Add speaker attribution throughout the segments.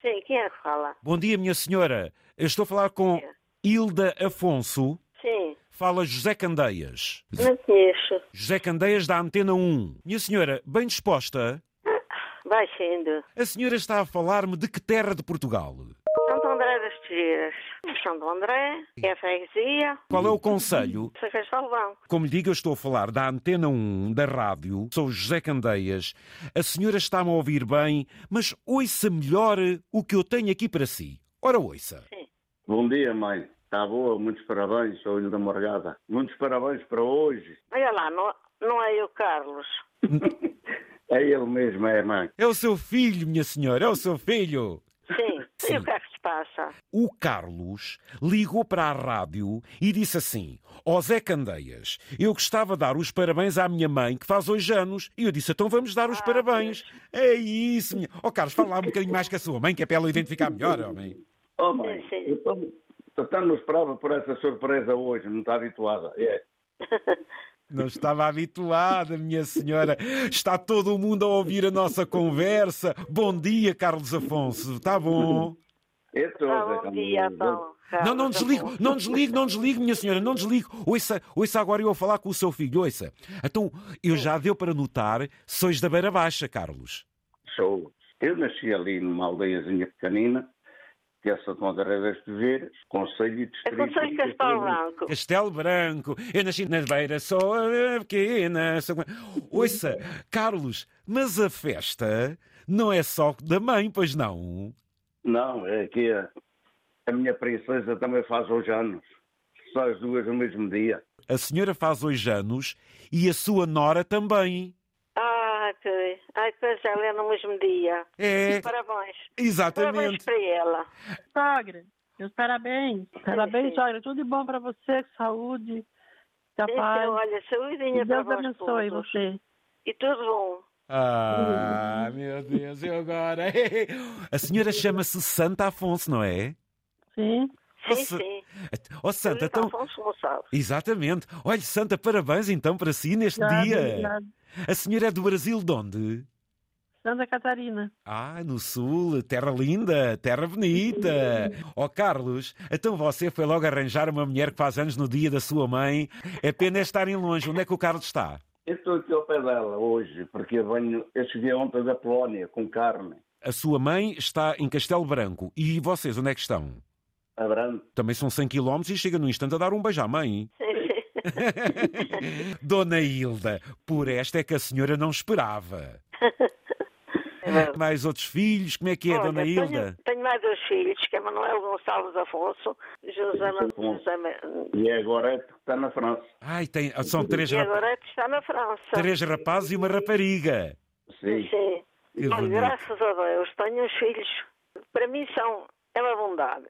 Speaker 1: Sim, quem é que fala?
Speaker 2: Bom dia, minha senhora. Eu estou a falar com
Speaker 1: É.
Speaker 2: Hilda Afonso.
Speaker 1: Sim,
Speaker 2: Fala José Candeias.
Speaker 1: não conheço.
Speaker 2: José Candeias da Antena 1. Minha senhora, bem disposta,
Speaker 1: Vai sendo.
Speaker 2: a senhora está a falar-me de que terra de Portugal?
Speaker 1: Santo André das Telheiras. Santo André, é a freguesia,
Speaker 2: Qual é o conselho?
Speaker 1: São Cristóvão.
Speaker 2: Como lhe digo, eu estou a falar da Antena 1, da rádio. Sou José Candeias. A senhora está-me a ouvir bem, mas ouça melhor o que eu tenho aqui para si. Ora, ouça.
Speaker 3: Bom dia, mãe. Está boa, muitos parabéns, sou Ilda Morgada. Muitos parabéns para hoje.
Speaker 1: Olha lá, não, não é o Carlos.
Speaker 3: É ele mesmo, é, mãe.
Speaker 2: É o seu filho, minha senhora, é o seu filho.
Speaker 1: Sim. E o que é que se passa?
Speaker 2: O Carlos ligou para a rádio e disse assim: Ó Zé Candeias, eu gostava de dar os parabéns à minha mãe, que faz hoje anos. E eu disse: Então vamos dar os parabéns. É isso, minha. Ó Carlos, fala lá um bocadinho mais que a sua mãe, que é para ela identificar melhor, homem.
Speaker 3: Oh, mãe,
Speaker 1: Sim, sim.
Speaker 3: eu tô- tô tão não esperava por essa surpresa hoje, não está habituada. É.
Speaker 2: Não estava habituada, minha senhora. Está todo o mundo a ouvir a nossa conversa. Bom dia, Carlos Afonso. Está bom?
Speaker 3: É todo,
Speaker 1: Ah,
Speaker 3: é
Speaker 1: bom
Speaker 3: como-
Speaker 1: dia, Paulo.
Speaker 2: Não, não
Speaker 1: Carlos, é
Speaker 2: desligo, não desligo, não desligo, minha senhora, não desligo. Ouça, ouça agora eu a falar com o seu filho, ouça. Então, eu já deu para notar, sois da Beira Baixa, Carlos.
Speaker 3: Sou. Eu nasci ali numa aldeiazinha pequenina, que é Santo André das Deveiras, Conselho e
Speaker 1: É
Speaker 3: Distrito.
Speaker 1: Conselho de Castelo Branco.
Speaker 2: Castelo Branco, eu nasci nas beiras, sou eh, pequena. Sou... Ouça, Carlos, mas a festa não é só da mãe, pois não?
Speaker 3: Não, é que a, a minha princesa também faz hoje anos. Só as duas no mesmo dia.
Speaker 2: A senhora faz hoje anos e a sua nora também.
Speaker 1: Ah, que... Ai, que coisa, ela é no mesmo dia.
Speaker 2: É,
Speaker 1: Parabéns. Parabéns
Speaker 2: exatamente.
Speaker 1: para ela.
Speaker 4: Sogra, meus parabéns. Parabéns, sogra. Tudo de bom para você, com saúde, da
Speaker 1: Então,
Speaker 4: paz.
Speaker 1: olha,
Speaker 4: Que
Speaker 1: saúdinha para
Speaker 4: Deus
Speaker 1: vós
Speaker 4: abençoe
Speaker 1: todos.
Speaker 4: você.
Speaker 1: E tudo bom.
Speaker 2: Ah, meu Deus, eu agora. A senhora chama-se Santa Afonso, não é?
Speaker 4: Sim.
Speaker 1: Sim,
Speaker 2: Você-
Speaker 1: sim.
Speaker 2: Oh, Santa,
Speaker 1: Felipe
Speaker 2: então.
Speaker 1: Afonso Gonçalves.
Speaker 2: Exatamente. Olha, Santa, parabéns então para si neste
Speaker 4: Obrigada,
Speaker 2: dia.
Speaker 4: obrigada.
Speaker 2: A senhora é do Brasil de onde?
Speaker 4: Santa Catarina.
Speaker 2: Ah, no Sul, terra linda, terra bonita. Oh, Carlos, então você foi logo arranjar uma mulher que faz anos no dia da sua mãe. É pena é estarem longe. Onde é que o Carlos está?
Speaker 3: Eu estou aqui ao pé dela hoje, porque eu, venho, eu cheguei ontem da Polónia com carne,
Speaker 2: A sua mãe está em Castelo Branco. E vocês, onde é que estão?
Speaker 3: abrando.
Speaker 2: Também são 100 km e chega no instante a dar um beijo à mãe.
Speaker 1: Sim, sim.
Speaker 2: Dona Hilda, por esta é que a senhora não esperava. Mais outros filhos? Como é que é,
Speaker 1: É Olha,
Speaker 2: Dona
Speaker 1: tenho-
Speaker 2: Hilda?
Speaker 1: Tenho, mais dois filhos, que é Manuel Gonçalves Afonso, José, José
Speaker 3: E é agora é que está na França.
Speaker 2: Ai, tem, ah, são três,
Speaker 1: e
Speaker 2: rap-
Speaker 1: um agora é está na França.
Speaker 2: três rapazes e uma rapariga.
Speaker 3: Sim.
Speaker 1: Sim.
Speaker 2: Que
Speaker 1: Olha,
Speaker 2: bonito.
Speaker 1: graças a Deus, tenho os filhos. Para mim são, é uma bondade.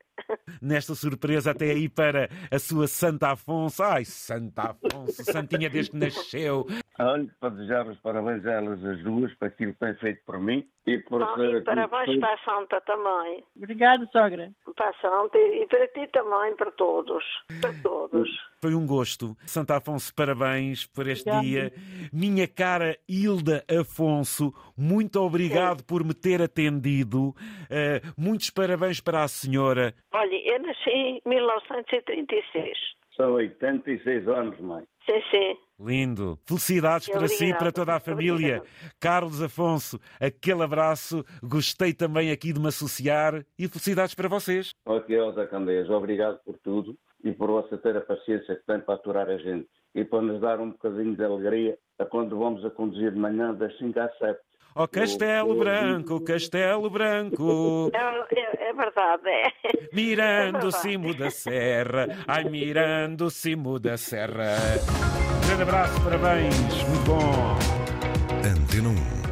Speaker 2: Nesta surpresa até aí para a sua Santa Afonso. Ai, Santa Afonso, santinha desde que nasceu.
Speaker 3: Olha, para desejar os parabéns a elas as duas, para aquilo que têm feito por mim e por
Speaker 1: Bom,
Speaker 3: ser
Speaker 1: e
Speaker 3: aqui.
Speaker 1: parabéns para a Santa também.
Speaker 4: Obrigada, sogra.
Speaker 1: Para a Santa e e para ti também, para todos. Para todos.
Speaker 2: Foi um gosto. Santa Afonso, parabéns por este
Speaker 4: Obrigada.
Speaker 2: dia. Minha cara Hilda Afonso, muito obrigado por me ter atendido. Eh, muitos parabéns para a senhora.
Speaker 1: Olha, eu nasci em 1936.
Speaker 3: São 86 anos, mãe.
Speaker 1: Sim, sim.
Speaker 2: Lindo. Felicidades para si e
Speaker 1: Obrigada.
Speaker 2: para toda a família. Carlos Afonso, aquele abraço. Gostei também aqui de me associar e felicidades para vocês.
Speaker 3: Ok, Osa Candeias, obrigado por tudo e por você ter a paciência que tem para aturar a gente e para nos dar um bocadinho de alegria a quando vamos a conduzir de manhã das 5 às 7.
Speaker 2: Ó Castelo Branco, Castelo Branco,
Speaker 1: É, é- é verdade, é.
Speaker 2: mirando o cimo da serra, ai mirando o cimo da serra. Grande abraço, parabéns, muito bom.
Speaker 5: Antena 1.